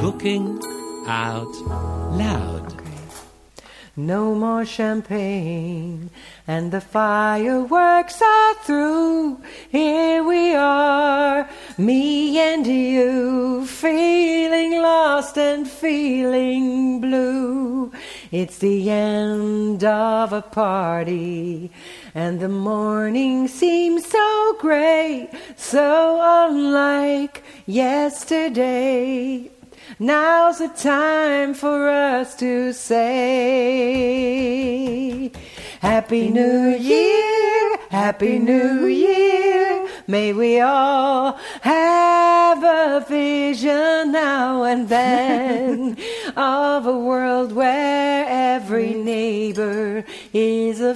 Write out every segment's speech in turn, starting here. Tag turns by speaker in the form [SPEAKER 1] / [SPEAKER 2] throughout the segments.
[SPEAKER 1] Cooking Out Loud.
[SPEAKER 2] No more champagne, and the fireworks are through. Here we are, me and you, feeling lost and feeling blue. It's the end of a party, and the morning seems so gray, so unlike yesterday. Now's the time for us to say Happy New Year, Happy New Year. May we all have a vision now and then of a world where every neighbor is a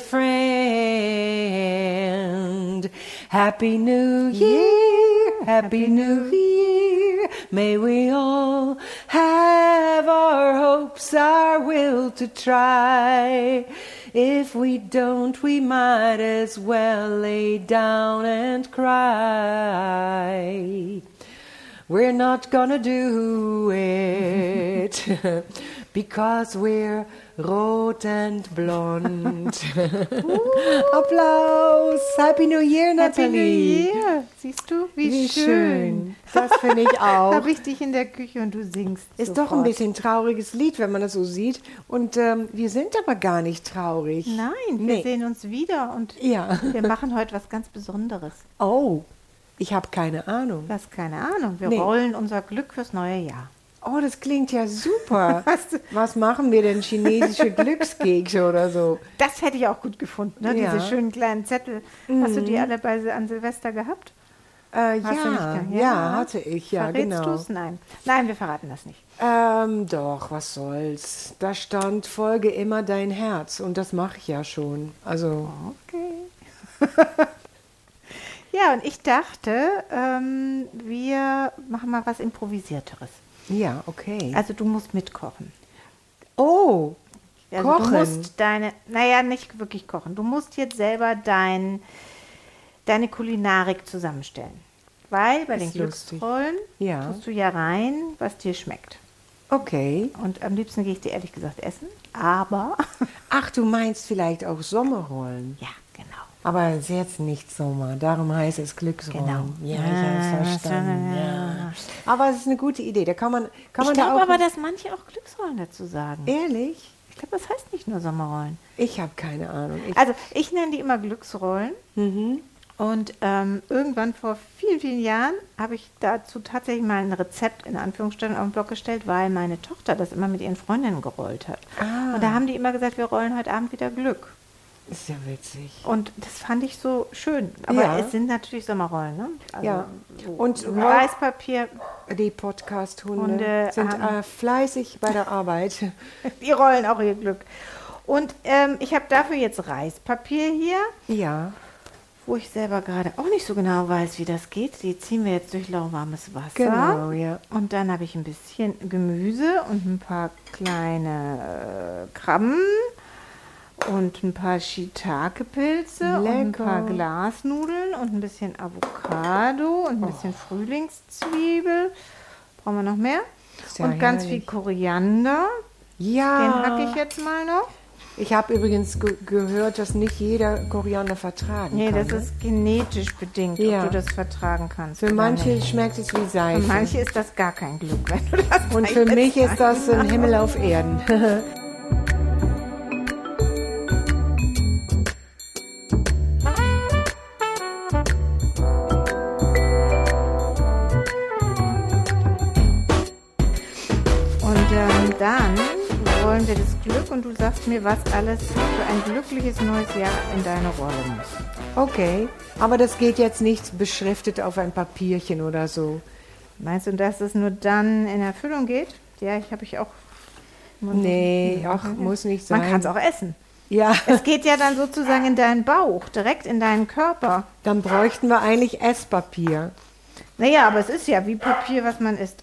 [SPEAKER 2] friend. Happy New Year, Happy New Year. May we all have our hopes, our will to try. If we don't, we might as well lay down and cry. We're not gonna do it because we're rot and blond. Applaus! Happy New Year,
[SPEAKER 3] Happy New
[SPEAKER 2] Natalie!
[SPEAKER 3] Year. Siehst du, wie,
[SPEAKER 2] Wie schön.
[SPEAKER 3] schön.
[SPEAKER 2] Das finde ich auch.
[SPEAKER 3] Da bin ich dich in der Küche und du singst.
[SPEAKER 2] Ist
[SPEAKER 3] sofort.
[SPEAKER 2] doch ein bisschen trauriges Lied, wenn man das so sieht. Und ähm, wir sind aber gar nicht traurig.
[SPEAKER 3] Nein, wir
[SPEAKER 2] Nee.
[SPEAKER 3] sehen uns wieder und
[SPEAKER 2] Ja.
[SPEAKER 3] wir machen heute was ganz Besonderes.
[SPEAKER 2] Oh, ich habe keine Ahnung.
[SPEAKER 3] Was, keine Ahnung. Wir
[SPEAKER 2] Nee.
[SPEAKER 3] rollen unser Glück fürs neue Jahr.
[SPEAKER 2] Oh, das klingt ja super.
[SPEAKER 3] Was?
[SPEAKER 2] Was machen wir denn? Chinesische Glückskekse oder so?
[SPEAKER 3] Das hätte ich auch gut gefunden, ne?
[SPEAKER 2] Ja.
[SPEAKER 3] diese schönen kleinen Zettel. Hast du die alle bei, an Silvester gehabt?
[SPEAKER 2] Äh,
[SPEAKER 3] Hast du
[SPEAKER 2] ja,
[SPEAKER 3] nicht ge-
[SPEAKER 2] ja, hatte ich, ja,
[SPEAKER 3] Verrätst
[SPEAKER 2] genau.
[SPEAKER 3] du's? Nein. Nein, wir verraten das nicht.
[SPEAKER 2] Ähm, doch, was soll's. Da stand, folge immer dein Herz. Und das mache ich ja schon. Also,
[SPEAKER 3] Oh. Okay. ja, und ich dachte, ähm, wir machen mal was Improvisierteres.
[SPEAKER 2] ja, okay.
[SPEAKER 3] Also du musst mitkochen.
[SPEAKER 2] oh,
[SPEAKER 3] Also
[SPEAKER 2] Kochen?
[SPEAKER 3] Du musst deine, naja, nicht wirklich kochen. Du musst jetzt selber dein, deine Kulinarik zusammenstellen. Weil bei
[SPEAKER 2] Ist
[SPEAKER 3] den
[SPEAKER 2] lustig.
[SPEAKER 3] Glücksrollen
[SPEAKER 2] Ja.
[SPEAKER 3] tust du ja rein, was dir schmeckt.
[SPEAKER 2] okay.
[SPEAKER 3] Und am liebsten gehe ich dir ehrlich gesagt essen. Aber,
[SPEAKER 2] Ach, du meinst vielleicht auch Sommerrollen.
[SPEAKER 3] ja, genau.
[SPEAKER 2] Aber es ist jetzt nicht Sommer, darum heißt es Glücksrollen.
[SPEAKER 3] Genau.
[SPEAKER 2] Ja,
[SPEAKER 3] Ja,
[SPEAKER 2] ich habe
[SPEAKER 3] das
[SPEAKER 2] es verstanden.
[SPEAKER 3] war-
[SPEAKER 2] Ja. Aber es ist eine gute Idee. Da kann man, kann
[SPEAKER 3] ich
[SPEAKER 2] man da
[SPEAKER 3] glaube
[SPEAKER 2] auch E
[SPEAKER 3] aber, dass manche auch Glücksrollen dazu sagen.
[SPEAKER 2] ehrlich.
[SPEAKER 3] Ich glaube, das heißt nicht nur Sommerrollen.
[SPEAKER 2] Ich habe keine Ahnung. Ich, Mhm.
[SPEAKER 3] Also ich nenne die immer Glücksrollen. Und ähm, irgendwann vor vielen, vielen Jahren habe ich dazu tatsächlich mal ein Rezept in Anführungsstrichen auf den Blog gestellt, weil meine Tochter das immer mit ihren Freundinnen gerollt hat.
[SPEAKER 2] Ah.
[SPEAKER 3] Und da haben die immer gesagt, wir rollen heute Abend wieder Glück.
[SPEAKER 2] ist ja witzig.
[SPEAKER 3] Und das fand ich so schön. Aber
[SPEAKER 2] Ja.
[SPEAKER 3] es sind natürlich Sommerrollen, ne? Also
[SPEAKER 2] Ja.
[SPEAKER 3] so
[SPEAKER 2] Und roll-
[SPEAKER 3] Reispapier,
[SPEAKER 2] Die Podcast-Hunde
[SPEAKER 3] Hunde
[SPEAKER 2] sind
[SPEAKER 3] haben-
[SPEAKER 2] äh, fleißig bei der Arbeit.
[SPEAKER 3] die rollen auch ihr Glück. Und ähm, ich habe dafür jetzt Reispapier hier.
[SPEAKER 2] Ja.
[SPEAKER 3] wo ich selber gerade auch nicht so genau weiß, wie das geht. Die ziehen wir jetzt durch lauwarmes Wasser.
[SPEAKER 2] Genau, ja.
[SPEAKER 3] Und dann habe ich ein bisschen Gemüse und ein paar kleine äh, Krabben und ein paar Shiitake-Pilze und ein
[SPEAKER 2] Lecker.
[SPEAKER 3] paar Glasnudeln und ein bisschen Avocado und ein bisschen
[SPEAKER 2] Oh.
[SPEAKER 3] Frühlingszwiebel. Brauchen wir noch mehr?
[SPEAKER 2] Ist ja
[SPEAKER 3] und ganz viel
[SPEAKER 2] herrlich. Ah.
[SPEAKER 3] Koriander. Den
[SPEAKER 2] Ja.
[SPEAKER 3] hacke ich jetzt mal noch.
[SPEAKER 2] Ich habe übrigens ge gehört, dass nicht jeder Koriander vertragen
[SPEAKER 3] Nee,
[SPEAKER 2] kann.
[SPEAKER 3] das
[SPEAKER 2] ne?
[SPEAKER 3] ist genetisch bedingt,
[SPEAKER 2] Ja.
[SPEAKER 3] ob du das vertragen kannst.
[SPEAKER 2] Für
[SPEAKER 3] oder nicht.
[SPEAKER 2] manche schmeckt es wie Seife.
[SPEAKER 3] Für manche ist das gar kein Glück, wenn du das
[SPEAKER 2] Und für
[SPEAKER 3] einsetzt.
[SPEAKER 2] mich ist das ein Himmel auf Erden.
[SPEAKER 3] Und ähm, dann wollen wir das Glück und du sagst mir, was alles für ein glückliches neues Jahr in deine Rolle muss.
[SPEAKER 2] Okay, aber das geht jetzt nicht beschriftet auf ein Papierchen oder so.
[SPEAKER 3] Meinst du, dass es nur dann in Erfüllung geht? Ja, ich habe ich auch.
[SPEAKER 2] Nee, ach, muss nicht sein.
[SPEAKER 3] Man kann es auch essen.
[SPEAKER 2] Ja,
[SPEAKER 3] Es geht ja dann sozusagen in deinen Bauch, direkt in deinen Körper.
[SPEAKER 2] dann bräuchten wir eigentlich Esspapier.
[SPEAKER 3] Naja, aber es ist ja wie Papier, was man isst.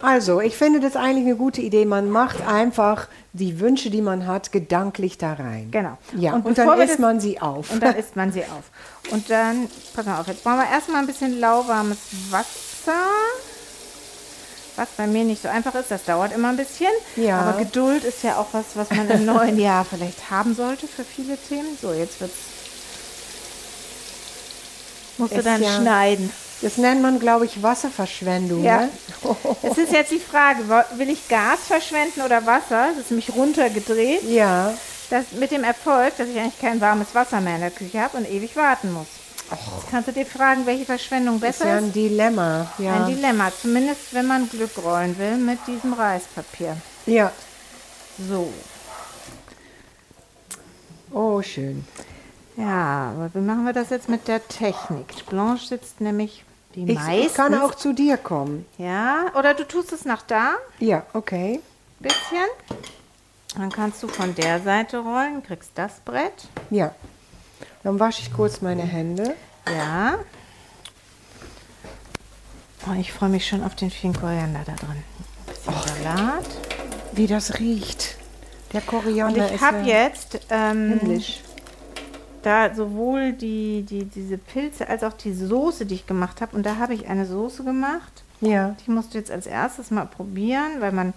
[SPEAKER 2] Also, ich finde das eigentlich eine gute Idee. Man macht einfach die Wünsche, die man hat, gedanklich da rein.
[SPEAKER 3] Genau.
[SPEAKER 2] Ja, und,
[SPEAKER 3] bevor
[SPEAKER 2] dann
[SPEAKER 3] wir
[SPEAKER 2] isst
[SPEAKER 3] das-
[SPEAKER 2] man sie auf.
[SPEAKER 3] Und dann isst man sie auf. Und dann, pass mal auf, jetzt brauchen wir erstmal ein bisschen lauwarmes Wasser. Was bei mir nicht so einfach ist, das dauert immer ein bisschen.
[SPEAKER 2] Ja.
[SPEAKER 3] Aber Geduld ist ja auch was, was man im neuen Jahr vielleicht haben sollte für viele Themen. So, jetzt wird's. Musst du
[SPEAKER 2] Ist
[SPEAKER 3] dann
[SPEAKER 2] ja-
[SPEAKER 3] schneiden.
[SPEAKER 2] Das nennt man, glaube ich, Wasserverschwendung.
[SPEAKER 3] Ja.
[SPEAKER 2] Ne?
[SPEAKER 3] Es ist jetzt die Frage, wo- will ich Gas verschwenden oder Wasser? Das ist nämlich runtergedreht.
[SPEAKER 2] Ja.
[SPEAKER 3] Das mit dem Erfolg, dass ich eigentlich kein warmes Wasser mehr in der Küche habe und ewig warten muss. Jetzt kannst du dir fragen, welche Verschwendung
[SPEAKER 2] Das ist
[SPEAKER 3] besser
[SPEAKER 2] ja
[SPEAKER 3] ist.
[SPEAKER 2] ein Dilemma.
[SPEAKER 3] Ein
[SPEAKER 2] Ja.
[SPEAKER 3] Dilemma, zumindest wenn man Glück rollen will mit diesem Reispapier.
[SPEAKER 2] ja.
[SPEAKER 3] So.
[SPEAKER 2] Oh, schön.
[SPEAKER 3] Ja, aber wie machen wir das jetzt mit der Technik? Blanche sitzt nämlich die
[SPEAKER 2] Ich
[SPEAKER 3] meisten.
[SPEAKER 2] kann auch zu dir kommen.
[SPEAKER 3] Ja, oder du tust es nach da
[SPEAKER 2] Ja, okay.
[SPEAKER 3] ein bisschen. Dann kannst du von der Seite rollen, kriegst das Brett.
[SPEAKER 2] Ja. Dann wasche ich kurz meine Hände.
[SPEAKER 3] Ja. Oh, ich freue mich schon auf den vielen Koriander da drin. Ein bisschen Salat.
[SPEAKER 2] Wie das riecht. Der
[SPEAKER 3] Und
[SPEAKER 2] Koriander
[SPEAKER 3] ich
[SPEAKER 2] ist
[SPEAKER 3] habe
[SPEAKER 2] ja
[SPEAKER 3] jetzt ähm,
[SPEAKER 2] himmlisch.
[SPEAKER 3] da sowohl die, die, diese Pilze als auch die Soße, die ich gemacht habe. Und da habe ich eine Soße gemacht.
[SPEAKER 2] Ja.
[SPEAKER 3] Die musst du jetzt als erstes mal probieren, weil man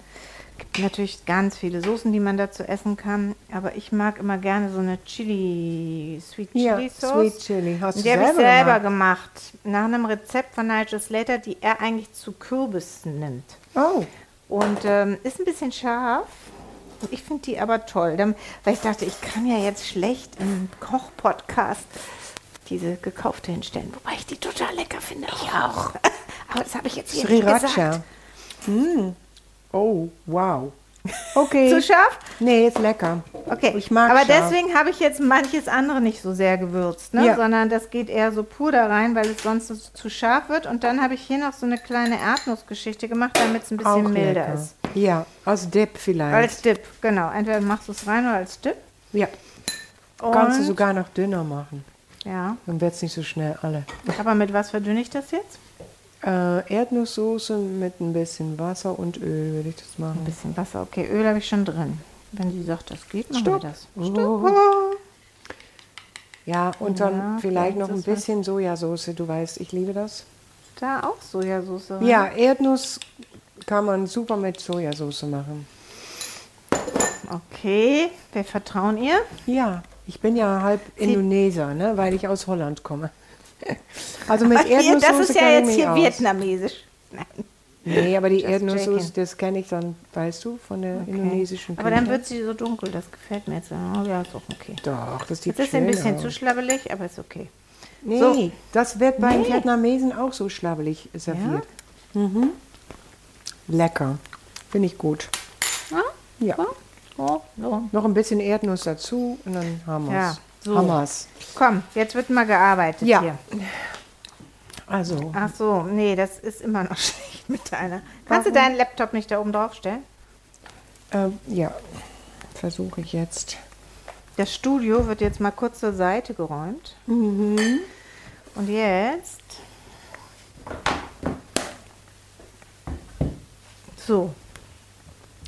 [SPEAKER 3] gibt natürlich ganz viele Soßen, die man dazu essen kann. Aber ich mag immer gerne so eine Chili, Sweet Chili
[SPEAKER 2] Ja,
[SPEAKER 3] Sauce.
[SPEAKER 2] Sweet Chili. Hast du
[SPEAKER 3] die habe ich
[SPEAKER 2] selber
[SPEAKER 3] selber gemacht. Nach einem Rezept von Nigel Slater, die er eigentlich zu Kürbissen nimmt.
[SPEAKER 2] Oh.
[SPEAKER 3] Und ähm, ist ein bisschen scharf. Ich finde die aber toll, dann, weil ich dachte, ich kann ja jetzt schlecht im Koch-Podcast diese gekaufte hinstellen. Wobei ich die total lecker finde. Ich auch. Aber das habe ich jetzt hier nicht gesagt.
[SPEAKER 2] Sriracha. Mm. Oh, wow. Okay.
[SPEAKER 3] Zu scharf?
[SPEAKER 2] Nee, ist lecker.
[SPEAKER 3] Okay,
[SPEAKER 2] Ich mag
[SPEAKER 3] aber
[SPEAKER 2] scharf.
[SPEAKER 3] deswegen habe ich jetzt manches andere nicht so sehr gewürzt, ne?
[SPEAKER 2] Ja.
[SPEAKER 3] sondern das geht eher so pur da rein, weil es sonst so zu scharf wird. Und dann habe ich hier noch so eine kleine Erdnussgeschichte gemacht, damit es ein bisschen milder
[SPEAKER 2] lecker.
[SPEAKER 3] ist.
[SPEAKER 2] Ja, als Dip vielleicht.
[SPEAKER 3] Als Dip, genau. Entweder machst du es rein oder als Dip.
[SPEAKER 2] ja,
[SPEAKER 3] Und,
[SPEAKER 2] kannst du sogar noch dünner machen.
[SPEAKER 3] Ja,
[SPEAKER 2] Dann wird es nicht so schnell alle.
[SPEAKER 3] aber mit was verdünne ich das jetzt?
[SPEAKER 2] Äh, Erdnusssoße mit ein bisschen Wasser und Öl würde ich das
[SPEAKER 3] Ein
[SPEAKER 2] machen.
[SPEAKER 3] bisschen Wasser, okay. Öl habe ich schon drin. Wenn sie sagt, das geht, machen
[SPEAKER 2] Stopp.
[SPEAKER 3] wir das.
[SPEAKER 2] Oh. Ja, und dann
[SPEAKER 3] Ja,
[SPEAKER 2] vielleicht
[SPEAKER 3] vielleicht
[SPEAKER 2] noch ein
[SPEAKER 3] ist was-
[SPEAKER 2] bisschen Sojasauce. Du weißt, ich liebe das.
[SPEAKER 3] Da auch Sojasauce rein.
[SPEAKER 2] Ja, Erdnuss kann man super mit Sojasauce machen.
[SPEAKER 3] Okay, wir vertrauen ihr.
[SPEAKER 2] Ja, ich bin ja halb Indoneser, ne, weil ich aus Holland komme. Also mit
[SPEAKER 3] Hier,
[SPEAKER 2] Erdnusssoße
[SPEAKER 3] das ist ja
[SPEAKER 2] kenne ich
[SPEAKER 3] jetzt
[SPEAKER 2] mich
[SPEAKER 3] hier
[SPEAKER 2] aus.
[SPEAKER 3] vietnamesisch. Nein.
[SPEAKER 2] Nee, aber die
[SPEAKER 3] Just
[SPEAKER 2] Erdnusssoße,
[SPEAKER 3] joking.
[SPEAKER 2] das kenne ich dann, weißt du, von der indonesischen
[SPEAKER 3] Aber dann
[SPEAKER 2] Küche.
[SPEAKER 3] wird sie so dunkel, das gefällt mir jetzt. Oh, ja, ist auch okay.
[SPEAKER 2] Doch, das sieht
[SPEAKER 3] Jetzt ist sie ein
[SPEAKER 2] schön
[SPEAKER 3] bisschen
[SPEAKER 2] aus.
[SPEAKER 3] zu schlabbelig, aber ist okay.
[SPEAKER 2] Nee,
[SPEAKER 3] so.
[SPEAKER 2] das wird bei
[SPEAKER 3] Nee.
[SPEAKER 2] Vietnamesen auch so schlabbelig serviert. Mhm. Lecker. Finde ich gut.
[SPEAKER 3] Ja?
[SPEAKER 2] Ja.
[SPEAKER 3] Oh, so.
[SPEAKER 2] Noch ein bisschen Erdnuss dazu und dann haben wir's.
[SPEAKER 3] Ja, so.
[SPEAKER 2] Haben wir's.
[SPEAKER 3] Komm, jetzt wird mal gearbeitet
[SPEAKER 2] Ja.
[SPEAKER 3] hier.
[SPEAKER 2] Also,
[SPEAKER 3] Ach so, nee, das ist immer noch schlecht mit deiner. Kannst
[SPEAKER 2] Warum?
[SPEAKER 3] du deinen Laptop nicht da oben drauf stellen?
[SPEAKER 2] ähm, ja, versuche ich jetzt.
[SPEAKER 3] Das Studio wird jetzt mal kurz zur Seite geräumt.
[SPEAKER 2] Mhm.
[SPEAKER 3] Und jetzt. So,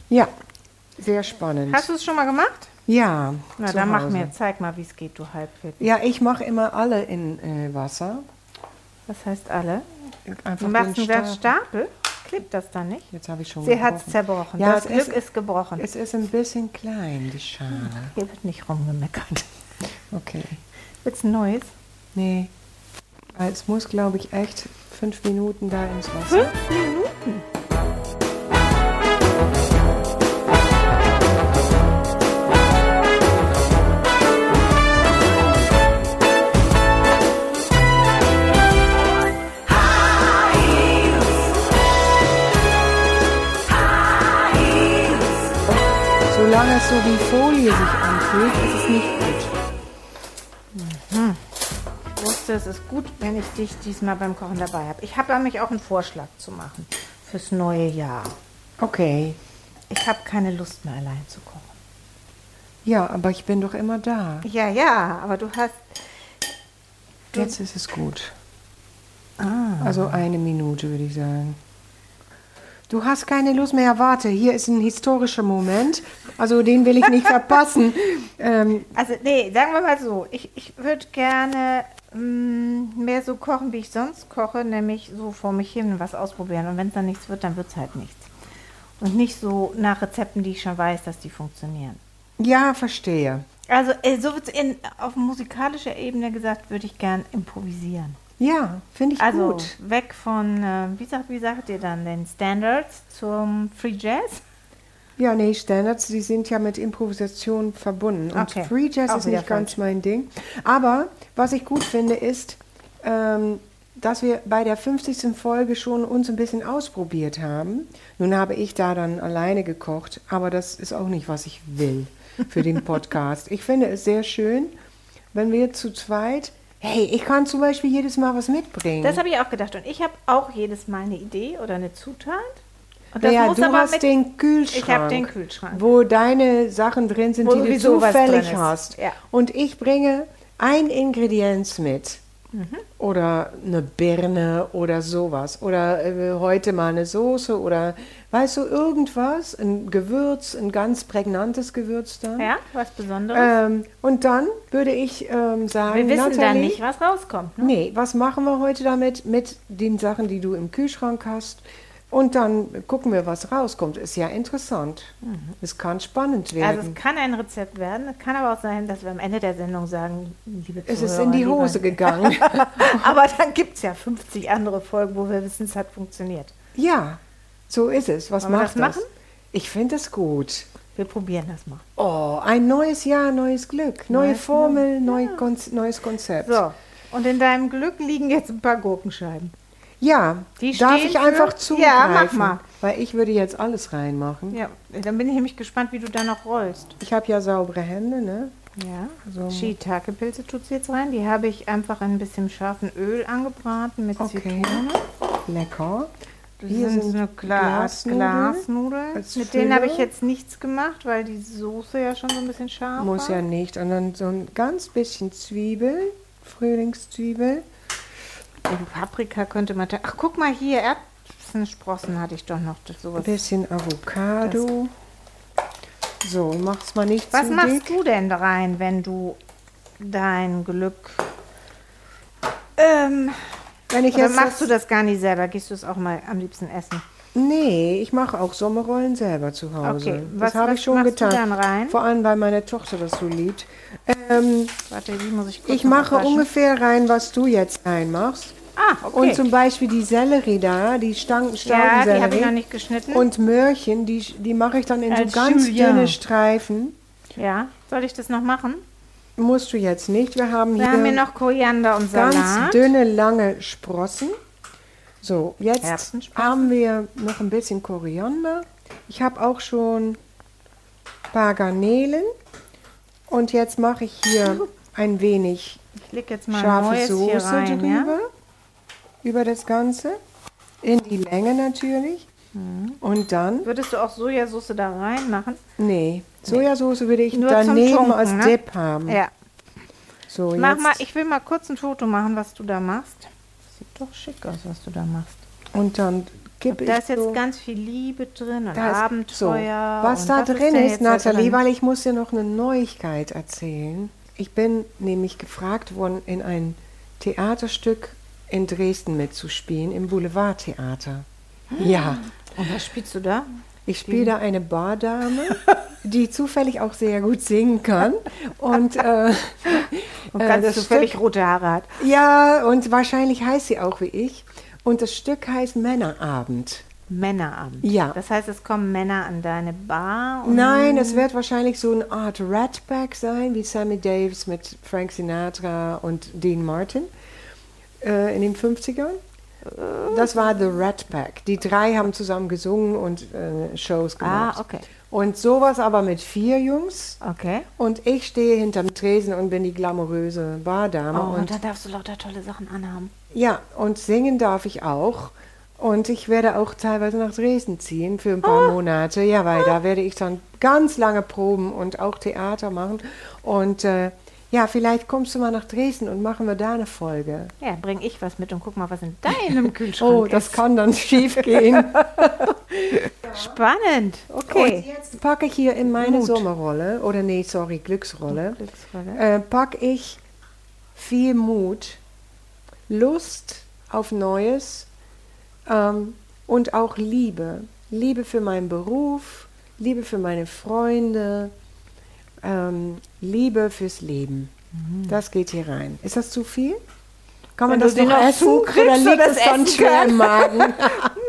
[SPEAKER 2] Ja, sehr spannend.
[SPEAKER 3] hast du es schon mal gemacht?
[SPEAKER 2] ja,
[SPEAKER 3] Na,
[SPEAKER 2] zu
[SPEAKER 3] dann mach
[SPEAKER 2] Hause.
[SPEAKER 3] mir, zeig mal, wie es geht, du Halbwitz.
[SPEAKER 2] Ja, ich mache immer alle in äh, Wasser.
[SPEAKER 3] Das heißt alle.
[SPEAKER 2] Einfach
[SPEAKER 3] Du machst
[SPEAKER 2] den
[SPEAKER 3] einen ganzen
[SPEAKER 2] Stab.
[SPEAKER 3] Stapel, Oh, klebt das dann nicht?
[SPEAKER 2] Jetzt habe ich schon
[SPEAKER 3] Sie hat es
[SPEAKER 2] gebrochen.
[SPEAKER 3] zerbrochen.
[SPEAKER 2] Ja,
[SPEAKER 3] das
[SPEAKER 2] es
[SPEAKER 3] Glück
[SPEAKER 2] ist-
[SPEAKER 3] ist gebrochen.
[SPEAKER 2] Es ist ein bisschen klein, die Schale.
[SPEAKER 3] Hier wird nicht rumgemeckert.
[SPEAKER 2] Okay.
[SPEAKER 3] Willst du ein neues?
[SPEAKER 2] Nee. Weil Es muss, glaube ich, echt fünf Minuten da ins Wasser.
[SPEAKER 3] Fünf Minuten.
[SPEAKER 2] Solange es so wie Folie sich anfühlt, ist es nicht gut.
[SPEAKER 3] Ich wusste Siehst du, es ist gut, wenn ich dich diesmal beim Kochen dabei habe. Ich habe nämlich auch einen Vorschlag zu machen fürs neue Jahr.
[SPEAKER 2] Okay.
[SPEAKER 3] Ich habe keine Lust mehr allein zu kochen.
[SPEAKER 2] Ja, aber ich bin doch immer da.
[SPEAKER 3] Ja, ja, aber du hast.
[SPEAKER 2] Jetzt ist es gut.
[SPEAKER 3] Ah.
[SPEAKER 2] Also eine Minute, würde ich sagen. Du hast keine Lust mehr. Warte, hier ist ein historischer Moment. Also den will ich nicht verpassen. Ähm,
[SPEAKER 3] Also, nee, sagen wir mal so. Ich, ich würde gerne mm, mehr so kochen, wie ich sonst koche, nämlich so vor mich hin was ausprobieren. Und wenn es dann nichts wird, dann wird es halt nichts. Und nicht so nach Rezepten, die ich schon weiß, dass die funktionieren.
[SPEAKER 2] ja, verstehe.
[SPEAKER 3] Also, äh, so wird es auf musikalischer Ebene gesagt, würde ich gern improvisieren.
[SPEAKER 2] Ja, finde ich
[SPEAKER 3] Also
[SPEAKER 2] gut.
[SPEAKER 3] weg von, äh, wie, sagt, wie sagt ihr dann, den Standards zum Free Jazz?
[SPEAKER 2] Ja, nee, Standards, die sind ja mit Improvisation verbunden. Und
[SPEAKER 3] Okay.
[SPEAKER 2] Free Jazz
[SPEAKER 3] Auch
[SPEAKER 2] ist
[SPEAKER 3] wieder
[SPEAKER 2] nicht ganz mein Ding. Aber was ich gut finde, ist, ähm, dass wir bei der 50. Folge schon uns ein bisschen ausprobiert haben. Nun habe ich da dann alleine gekocht, aber das ist auch nicht, was ich will für den Podcast. ich finde es sehr schön, wenn wir zu zweit, hey, ich kann zum Beispiel jedes Mal was mitbringen.
[SPEAKER 3] Das habe ich auch gedacht. Und ich habe auch jedes Mal eine Idee oder eine Zutat. Und das
[SPEAKER 2] naja,
[SPEAKER 3] muss
[SPEAKER 2] du
[SPEAKER 3] aber
[SPEAKER 2] hast
[SPEAKER 3] mit,
[SPEAKER 2] den Kühlschrank.
[SPEAKER 3] Ich habe den Kühlschrank.
[SPEAKER 2] Wo deine Sachen drin sind,
[SPEAKER 3] Wo
[SPEAKER 2] die du
[SPEAKER 3] sowieso was
[SPEAKER 2] zufällig
[SPEAKER 3] drin ist.
[SPEAKER 2] hast.
[SPEAKER 3] Ja.
[SPEAKER 2] Und ich bringe ein Ingredienz mit.
[SPEAKER 3] Mhm.
[SPEAKER 2] Oder eine Birne oder sowas. Oder äh, heute mal eine Soße oder weißt du, irgendwas, ein Gewürz, ein ganz prägnantes Gewürz dann.
[SPEAKER 3] Ja, was Besonderes.
[SPEAKER 2] Ähm, und dann würde ich ähm,
[SPEAKER 3] Wir
[SPEAKER 2] sagen,
[SPEAKER 3] wissen dann
[SPEAKER 2] Nathalie,
[SPEAKER 3] nicht, was rauskommt. Ne?
[SPEAKER 2] Nee, was machen wir heute damit? Mit den Sachen, die du im Kühlschrank hast. Und dann gucken wir, was rauskommt. Ist ja interessant. Es kann spannend werden.
[SPEAKER 3] Also es Mhm. kann ein Rezept werden. Es kann aber auch sein, dass wir am Ende der Sendung sagen, liebe
[SPEAKER 2] es ist
[SPEAKER 3] Zuhörer,
[SPEAKER 2] in die
[SPEAKER 3] lieber-
[SPEAKER 2] Hose gegangen.
[SPEAKER 3] aber dann gibt es ja 50 andere Folgen, wo wir wissen, es hat funktioniert.
[SPEAKER 2] ja, so ist es. Was
[SPEAKER 3] Wollen wir
[SPEAKER 2] macht
[SPEAKER 3] das machen?
[SPEAKER 2] Ich finde es gut.
[SPEAKER 3] Wir probieren das mal.
[SPEAKER 2] Oh, ein neues Jahr, neues Glück. Neue
[SPEAKER 3] Neues
[SPEAKER 2] Formel, neu Konz neues Konzept.
[SPEAKER 3] So, und in deinem Glück liegen jetzt ein paar Gurkenscheiben.
[SPEAKER 2] Ja,
[SPEAKER 3] Die
[SPEAKER 2] darf
[SPEAKER 3] stehen
[SPEAKER 2] ich einfach
[SPEAKER 3] für-
[SPEAKER 2] zugreifen?
[SPEAKER 3] Ja, mach mal.
[SPEAKER 2] Weil ich würde jetzt alles reinmachen.
[SPEAKER 3] Ja, dann bin ich nämlich gespannt, wie du da noch rollst.
[SPEAKER 2] Ich habe ja saubere Hände, ne?
[SPEAKER 3] Ja,
[SPEAKER 2] So.
[SPEAKER 3] so. Shiitake-Pilze tut sie jetzt rein. Die habe ich einfach in ein bisschen scharfen Öl angebraten mit
[SPEAKER 2] Okay.
[SPEAKER 3] Zitrone.
[SPEAKER 2] Lecker.
[SPEAKER 3] Das
[SPEAKER 2] Hier
[SPEAKER 3] sind,
[SPEAKER 2] sind
[SPEAKER 3] so eine Gla
[SPEAKER 2] Glasnudeln
[SPEAKER 3] Glasnudeln.
[SPEAKER 2] als
[SPEAKER 3] Mit denen habe ich
[SPEAKER 2] Füllung.
[SPEAKER 3] jetzt nichts gemacht, weil die Soße ja schon so ein bisschen scharf
[SPEAKER 2] Muss
[SPEAKER 3] war.
[SPEAKER 2] ja nicht. Und dann so ein ganz bisschen Zwiebel, Frühlingszwiebel.
[SPEAKER 3] Den Paprika könnte man... da- Ach, guck mal hier, Erbsensprossen hatte ich doch noch. Das,
[SPEAKER 2] Ein
[SPEAKER 3] sowas.
[SPEAKER 2] bisschen Avocado. So, mach's mal nicht
[SPEAKER 3] Was
[SPEAKER 2] zu
[SPEAKER 3] machst
[SPEAKER 2] dick.
[SPEAKER 3] du denn rein, wenn du dein Glück... Ähm,
[SPEAKER 2] Wenn ich
[SPEAKER 3] oder
[SPEAKER 2] jetzt
[SPEAKER 3] machst du das gar nicht selber? Gehst du es auch mal am liebsten essen?
[SPEAKER 2] Nee, ich mache auch Sommerrollen selber zu Hause.
[SPEAKER 3] Okay,
[SPEAKER 2] das
[SPEAKER 3] was-
[SPEAKER 2] habe
[SPEAKER 3] was
[SPEAKER 2] ich schon
[SPEAKER 3] machst du
[SPEAKER 2] getan.
[SPEAKER 3] dann rein?
[SPEAKER 2] Vor allem, weil meine Tochter das so liebt. Ähm,
[SPEAKER 3] Warte, die muss ich kurz
[SPEAKER 2] ich
[SPEAKER 3] noch
[SPEAKER 2] mache
[SPEAKER 3] abwaschen.
[SPEAKER 2] ungefähr rein, was du jetzt reinmachst.
[SPEAKER 3] Ah, okay.
[SPEAKER 2] Und zum Beispiel die Sellerie da, die Stangen,
[SPEAKER 3] ja, die habe
[SPEAKER 2] Staudensellerie.
[SPEAKER 3] ich noch nicht geschnitten.
[SPEAKER 2] Und Möhrchen, die, die mache ich dann in
[SPEAKER 3] Hm? Als
[SPEAKER 2] so ganz
[SPEAKER 3] Julienne.
[SPEAKER 2] dünne Streifen.
[SPEAKER 3] ja, soll ich das noch machen?
[SPEAKER 2] Musst du jetzt nicht. Wir haben
[SPEAKER 3] Wir
[SPEAKER 2] hier,
[SPEAKER 3] haben hier noch Koriander und
[SPEAKER 2] ganz
[SPEAKER 3] Salat.
[SPEAKER 2] dünne, lange Sprossen. So, jetzt
[SPEAKER 3] Erbsensprossen.
[SPEAKER 2] haben wir noch ein bisschen Koriander. Ich habe auch schon ein paar Garnelen. Und jetzt mache ich hier ein wenig
[SPEAKER 3] Ich leg jetzt mal ein
[SPEAKER 2] scharfe
[SPEAKER 3] neues hier
[SPEAKER 2] Soße
[SPEAKER 3] rein.
[SPEAKER 2] drüber.
[SPEAKER 3] Ja?
[SPEAKER 2] Über das Ganze. In die Länge natürlich.
[SPEAKER 3] Mhm.
[SPEAKER 2] Und dann
[SPEAKER 3] Würdest du auch Sojasauce da reinmachen?
[SPEAKER 2] Nee, Sojasauce würde ich
[SPEAKER 3] Nur zum
[SPEAKER 2] daneben
[SPEAKER 3] Tunken,
[SPEAKER 2] als
[SPEAKER 3] ne?
[SPEAKER 2] Dip haben.
[SPEAKER 3] Ja.
[SPEAKER 2] So,
[SPEAKER 3] Mach
[SPEAKER 2] Ähm, jetzt.
[SPEAKER 3] mal, ich will mal kurz ein Foto machen, was du da machst. Sieht doch schick aus, was du da machst.
[SPEAKER 2] Und dann kippe ich
[SPEAKER 3] Da ist jetzt
[SPEAKER 2] so.
[SPEAKER 3] ganz viel Liebe drin und
[SPEAKER 2] Da ist-
[SPEAKER 3] Abenteuer.
[SPEAKER 2] So, was
[SPEAKER 3] und
[SPEAKER 2] da
[SPEAKER 3] ist
[SPEAKER 2] drin
[SPEAKER 3] denn
[SPEAKER 2] ist,
[SPEAKER 3] jetzt da
[SPEAKER 2] Nathalie,
[SPEAKER 3] drin?
[SPEAKER 2] weil ich muss dir noch eine Neuigkeit erzählen. Ich bin nämlich gefragt worden, in ein Theaterstück in Dresden mitzuspielen, im Boulevardtheater.
[SPEAKER 3] Ah,
[SPEAKER 2] Ja.
[SPEAKER 3] Und was spielst du da?
[SPEAKER 2] Ich spiele da eine Bardame, die zufällig auch sehr gut singen kann. Und, äh,
[SPEAKER 3] Und
[SPEAKER 2] äh,
[SPEAKER 3] ganz
[SPEAKER 2] das
[SPEAKER 3] zufällig
[SPEAKER 2] Stück-
[SPEAKER 3] rote Haare hat.
[SPEAKER 2] Ja, und wahrscheinlich heißt sie auch wie ich. Und das Stück heißt Männerabend.
[SPEAKER 3] Männerabend.
[SPEAKER 2] Ja.
[SPEAKER 3] Das heißt, es kommen Männer an deine Bar. Und
[SPEAKER 2] Nein, es wird wahrscheinlich so eine Art Ratback sein, wie Sammy Davis mit Frank Sinatra und Dean Martin äh, in den 50ern. Das war The Rat Pack. Die drei haben zusammen gesungen und äh, Shows gemacht.
[SPEAKER 3] Ah, okay.
[SPEAKER 2] Und sowas aber mit vier Jungs.
[SPEAKER 3] Okay.
[SPEAKER 2] Und ich stehe hinterm Tresen und bin die glamouröse Bardame.
[SPEAKER 3] Oh, und
[SPEAKER 2] und
[SPEAKER 3] dann darfst du lauter tolle Sachen anhaben.
[SPEAKER 2] ja, und singen darf ich auch. Und ich werde auch teilweise nach Dresden ziehen für ein paar Monate. Ja, weil da werde ich dann ganz lange proben und auch Theater machen. Und äh, ja, vielleicht kommst du mal nach Dresden und machen wir da eine Folge.
[SPEAKER 3] Ja, bring ich was mit und guck mal, was in deinem Kühlschrank
[SPEAKER 2] Oh,
[SPEAKER 3] ist.
[SPEAKER 2] das kann dann schief gehen.
[SPEAKER 3] Spannend.
[SPEAKER 2] Und
[SPEAKER 3] Okay.
[SPEAKER 2] jetzt packe ich hier in meine
[SPEAKER 3] Mut.
[SPEAKER 2] Sommerrolle, oder nee, sorry, Glücksrolle,
[SPEAKER 3] Glücksrolle.
[SPEAKER 2] Äh, packe ich viel Mut, Lust auf Neues ähm, und auch Liebe. Liebe für meinen Beruf, Liebe für meine Freunde, ähm, Liebe fürs Leben. Das geht hier rein. Ist das zu viel? Kann man
[SPEAKER 3] Mhm. Wenn
[SPEAKER 2] das
[SPEAKER 3] du
[SPEAKER 2] noch,
[SPEAKER 3] den noch
[SPEAKER 2] essen?
[SPEAKER 3] zukriegst,
[SPEAKER 2] Oder
[SPEAKER 3] so
[SPEAKER 2] liegt
[SPEAKER 3] das
[SPEAKER 2] es dann
[SPEAKER 3] Essen
[SPEAKER 2] schwer
[SPEAKER 3] kann.
[SPEAKER 2] im Magen?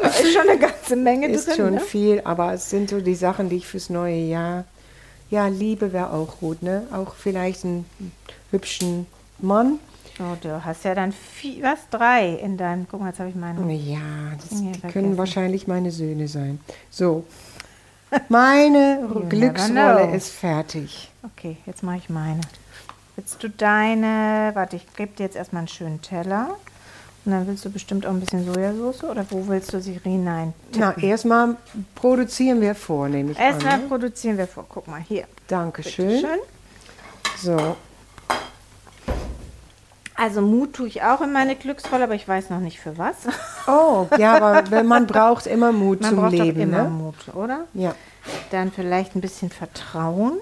[SPEAKER 3] Ist schon eine ganze Menge
[SPEAKER 2] ist
[SPEAKER 3] drin.
[SPEAKER 2] schon
[SPEAKER 3] ne?
[SPEAKER 2] viel, aber es sind so die Sachen, die ich fürs neue Jahr. Ja, Liebe wäre auch gut, ne? Auch vielleicht einen hübschen Mann.
[SPEAKER 3] Oh, du hast ja dann viel, was drei in deinem. Guck mal, jetzt habe ich meinen.
[SPEAKER 2] Ja, das
[SPEAKER 3] Ja,
[SPEAKER 2] die
[SPEAKER 3] vergessen.
[SPEAKER 2] können wahrscheinlich meine Söhne sein. So, meine
[SPEAKER 3] You never know.
[SPEAKER 2] Glücksrolle ist fertig.
[SPEAKER 3] Okay, jetzt mache ich meine. Willst du deine? Warte, ich gebe dir jetzt erstmal einen schönen Teller. Und dann willst du bestimmt auch ein bisschen Sojasauce oder wo willst du sie hinein?
[SPEAKER 2] Na, erstmal produzieren wir vor, nehme ich
[SPEAKER 3] Erstmal
[SPEAKER 2] an. Ne?
[SPEAKER 3] produzieren wir vor. Guck mal hier.
[SPEAKER 2] Dankeschön.
[SPEAKER 3] Schön.
[SPEAKER 2] So,
[SPEAKER 3] Also Mut tue ich auch in meine Glücksrolle, aber ich weiß noch nicht für was.
[SPEAKER 2] oh, ja, aber wenn man braucht immer Mut
[SPEAKER 3] Man
[SPEAKER 2] zum
[SPEAKER 3] braucht
[SPEAKER 2] Leben,
[SPEAKER 3] doch immer
[SPEAKER 2] ne?
[SPEAKER 3] Mut, oder?
[SPEAKER 2] Ja.
[SPEAKER 3] Dann vielleicht ein bisschen Vertrauen.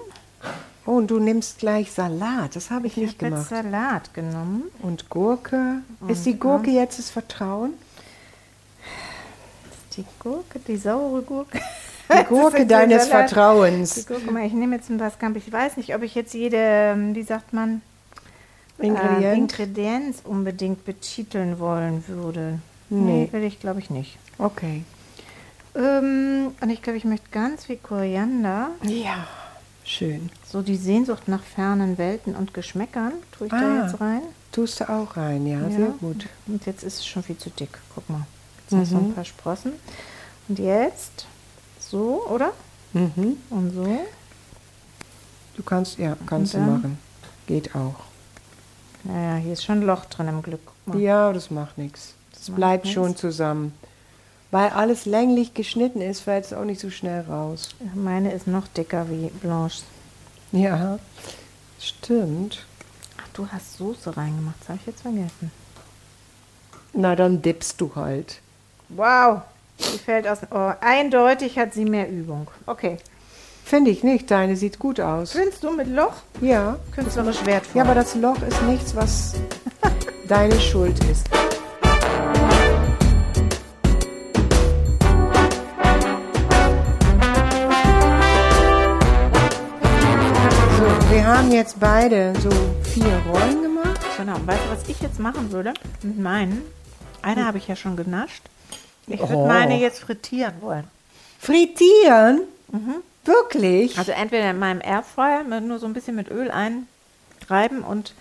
[SPEAKER 2] Oh, und du nimmst gleich Salat. Das habe ich, nicht
[SPEAKER 3] Ich habe jetzt
[SPEAKER 2] gemacht.
[SPEAKER 3] Salat genommen.
[SPEAKER 2] Und Gurke. ist die Gurke jetzt das Vertrauen?
[SPEAKER 3] Die Gurke, die saure Gurke.
[SPEAKER 2] Die
[SPEAKER 3] Das ist
[SPEAKER 2] Gurke
[SPEAKER 3] jetzt der
[SPEAKER 2] deines
[SPEAKER 3] Salat. Die
[SPEAKER 2] Vertrauens.
[SPEAKER 3] Gurke, mal, ich nehme jetzt ein Baskamp. Ich weiß nicht, ob ich jetzt jede, ähm, wie sagt man, ähm,
[SPEAKER 2] Ingredient.
[SPEAKER 3] Ingredienz unbedingt betiteln wollen würde.
[SPEAKER 2] Nee.
[SPEAKER 3] nee will ich, glaube ich, nicht.
[SPEAKER 2] okay.
[SPEAKER 3] Ähm, und ich glaube, ich möchte ganz viel Koriander.
[SPEAKER 2] Ja, schön.
[SPEAKER 3] So die Sehnsucht nach fernen Welten und Geschmäckern tue ich da
[SPEAKER 2] Ah.
[SPEAKER 3] jetzt rein.
[SPEAKER 2] Tust du auch rein, ja, sehr gut.
[SPEAKER 3] Und jetzt ist es schon viel zu dick. Guck mal. Jetzt hast du ein paar Sprossen. Und jetzt so, oder?
[SPEAKER 2] Mhm.
[SPEAKER 3] Und so.
[SPEAKER 2] Du kannst, ja, kannst du
[SPEAKER 3] Und dann?
[SPEAKER 2] machen. Geht auch.
[SPEAKER 3] Naja, hier ist schon ein Loch drin im Glück. Guck mal.
[SPEAKER 2] Ja, das macht nichts. Das
[SPEAKER 3] macht
[SPEAKER 2] bleibt
[SPEAKER 3] nix.
[SPEAKER 2] schon zusammen. Weil alles länglich geschnitten ist, fällt es auch nicht so schnell raus.
[SPEAKER 3] Meine ist noch dicker wie Blanche.
[SPEAKER 2] Ja, stimmt.
[SPEAKER 3] Ach, du hast Soße reingemacht. Das habe ich jetzt vergessen.
[SPEAKER 2] Na, dann dippst du halt.
[SPEAKER 3] Wow. Die fällt aus. Oh, eindeutig hat sie mehr Übung. Okay.
[SPEAKER 2] Finde ich nicht. Deine sieht gut aus.
[SPEAKER 3] Findest du mit Loch
[SPEAKER 2] Ja.
[SPEAKER 3] künstlerisch wertvoll?
[SPEAKER 2] Ja, aber das Loch ist nichts, was deine Schuld ist. So, wir haben jetzt beide so vier Rollen gemacht.
[SPEAKER 3] Genau, und weißt du, was ich jetzt machen würde? Mit meinen. Eine habe ich ja schon genascht. Ich würde
[SPEAKER 2] Hm. Oh.
[SPEAKER 3] meine jetzt frittieren wollen.
[SPEAKER 2] Frittieren? Mhm. Wirklich?
[SPEAKER 3] Also entweder in meinem Airfryer mit- nur so ein bisschen mit Öl einreiben und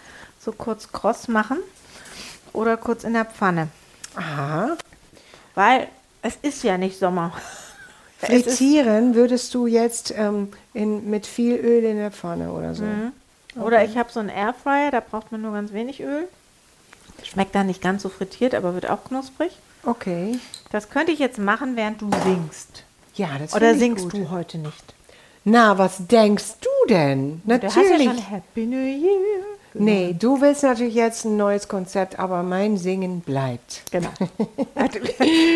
[SPEAKER 3] so kurz kross machen oder kurz in der Pfanne.
[SPEAKER 2] Aha.
[SPEAKER 3] Weil es ist ja nicht Sommer. Es ist,
[SPEAKER 2] Frittieren würdest du jetzt ähm, in, mit viel Öl in der Pfanne oder so.
[SPEAKER 3] oder ich habe so einen Airfryer, da braucht man nur ganz wenig Öl. Schmeckt dann nicht ganz so frittiert, aber wird auch knusprig.
[SPEAKER 2] Okay.
[SPEAKER 3] Das könnte ich jetzt machen, während du singst.
[SPEAKER 2] Ja, das
[SPEAKER 3] Oder
[SPEAKER 2] find ich
[SPEAKER 3] singst
[SPEAKER 2] gut.
[SPEAKER 3] du heute nicht?
[SPEAKER 2] Na, was denkst du denn?
[SPEAKER 3] Du hast ja
[SPEAKER 2] Natürlich.
[SPEAKER 3] schon Happy New Year.
[SPEAKER 2] nee, du willst natürlich jetzt ein neues Konzept, aber mein Singen bleibt.
[SPEAKER 3] Genau.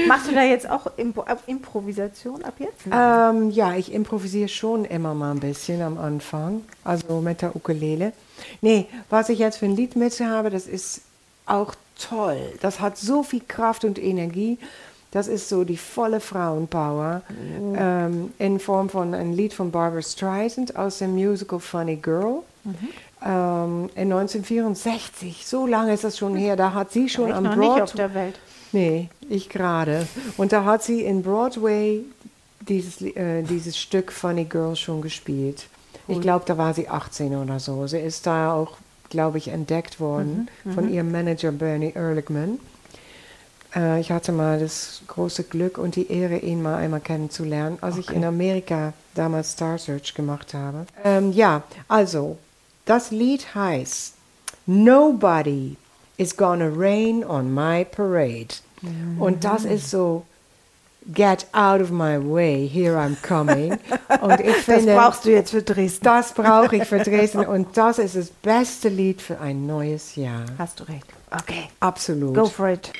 [SPEAKER 3] Machst du da jetzt auch Impro ab- Improvisation ab jetzt?
[SPEAKER 2] Ähm, ja, ich improvisiere schon immer mal ein bisschen am Anfang, also mit der Ukulele. Nee, was ich jetzt für ein Lied mit habe, das ist auch toll. Das hat so viel Kraft und Energie. Das ist so die volle Frauenpower
[SPEAKER 3] Mhm.
[SPEAKER 2] ähm, in Form von einem Lied von Barbara Streisand aus dem Musical Funny Girl.
[SPEAKER 3] Mhm.
[SPEAKER 2] Ähm, in 1964, so lange ist das schon her, da hat sie schon
[SPEAKER 3] ich
[SPEAKER 2] am
[SPEAKER 3] noch
[SPEAKER 2] Broadway...
[SPEAKER 3] nicht auf der Welt.
[SPEAKER 2] Nee, ich gerade. Und da hat sie in Broadway dieses, Li- äh, dieses Stück Funny Girl schon gespielt. Ich glaube, da war sie 18 oder so. Sie ist da auch, glaube ich, entdeckt worden von ihrem Manager Bernie Ehrlichman. Äh, ich hatte mal das große Glück und die Ehre, ihn mal einmal kennenzulernen, als ich in Amerika damals Star Search gemacht habe. Ähm, ja, also, das Lied heißt Nobody is gonna rain on my parade.
[SPEAKER 3] Mm.
[SPEAKER 2] Und das ist so. Get out of my way, here I'm coming. Und ich
[SPEAKER 3] Das
[SPEAKER 2] finde,
[SPEAKER 3] brauchst du jetzt für Dresden.
[SPEAKER 2] das brauche ich für Dresden und das ist das beste Lied für ein neues Jahr.
[SPEAKER 3] Hast du recht. Okay,
[SPEAKER 2] Absolut.
[SPEAKER 3] go for it.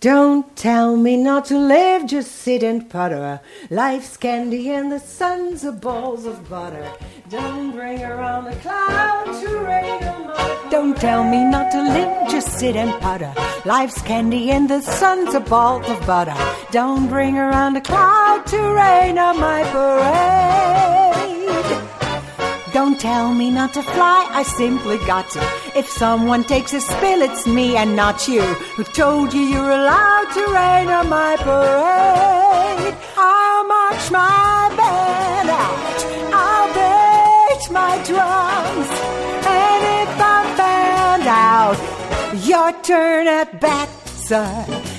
[SPEAKER 2] Don't tell me not to live, just sit and putter. Life's candy and the sun's a balls of butter. Don't bring around the cloud to rain on my Don't tell me not to live, just sit and putter. Life's candy and the sun's a ball of butter. Don't bring around a cloud to rain on my parade. Don't tell me not to fly, I simply got to. If someone takes a spill, it's me and not you. Who told you you're allowed to rain on my parade? I'll march my band out, I'll beat my drums, and if I'm found out, your turn at bat, sir.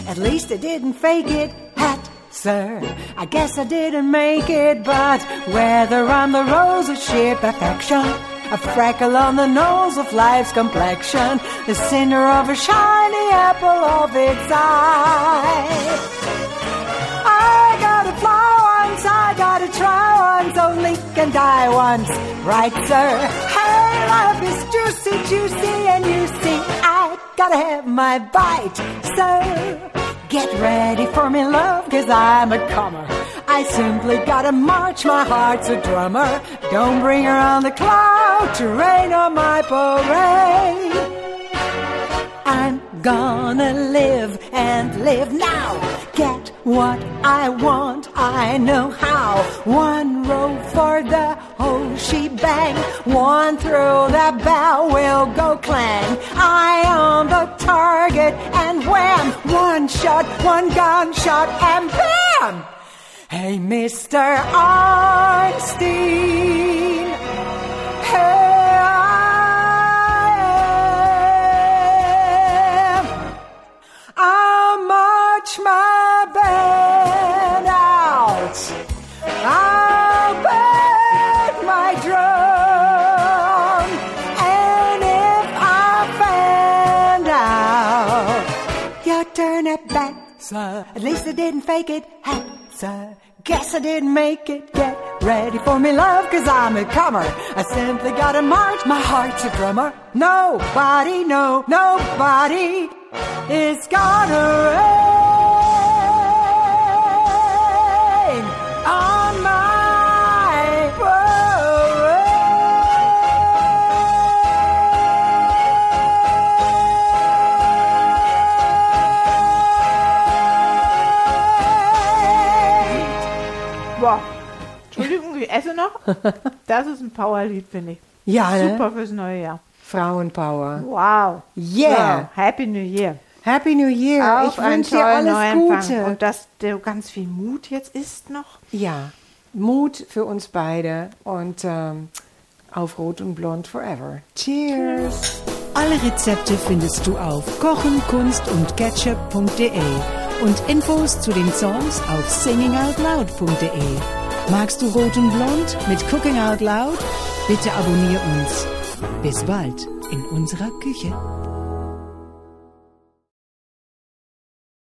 [SPEAKER 2] At least I didn't fake it, hat sir. I guess I didn't make it, but whether I'm the rose of sheer perfection, a freckle on the nose of life's complexion, the cinder of a shiny apple of its eye. I gotta fly once, I gotta try once, only can die once, right, sir? Hey, life is juicy, juicy, and you see, I gotta have my bite, sir. Get ready for me, love, cause I'm a comer. I simply gotta march, my heart's a drummer. Don't bring around the cloud to rain on my parade. I'm gonna live and live now. Get what I want, I know how. One row for the whole shebang. One through the bell will go clang. I am the target and wham. One shot, one gunshot, and bam! Hey, Mr. Einstein. Hey, I am. I'll march my band out. I'll beat my drum. And if I found out your turn at bat, sir, at least I didn't fake it, hat, sir. Guess I didn't make it. Get ready for me, love, cause I'm a comer. I simply gotta march. My heart's a drummer. Nobody, no, nobody is gonna rain on my parade.
[SPEAKER 3] Boah. Entschuldigung, ich esse noch. Das ist ein Powerlied, finde ich.
[SPEAKER 2] Ja, ne?
[SPEAKER 3] Super fürs neue Jahr.
[SPEAKER 2] Frauenpower.
[SPEAKER 3] Wow.
[SPEAKER 2] Yeah.
[SPEAKER 3] Wow. Happy New Year.
[SPEAKER 2] Happy New Year. ich wünsche dir alles Gute.
[SPEAKER 3] Und dass du ganz viel Mut jetzt ist noch.
[SPEAKER 2] ja, Mut für uns beide und ähm, auf Rot und Blond forever. Cheers.
[SPEAKER 4] Alle Rezepte findest du auf kochen, kunst und ketchup.de und Infos zu den Songs auf singingoutloud.de. Magst du Rot und Blond mit Cooking Out Loud? Bitte abonnier uns. Bis bald in unserer Küche.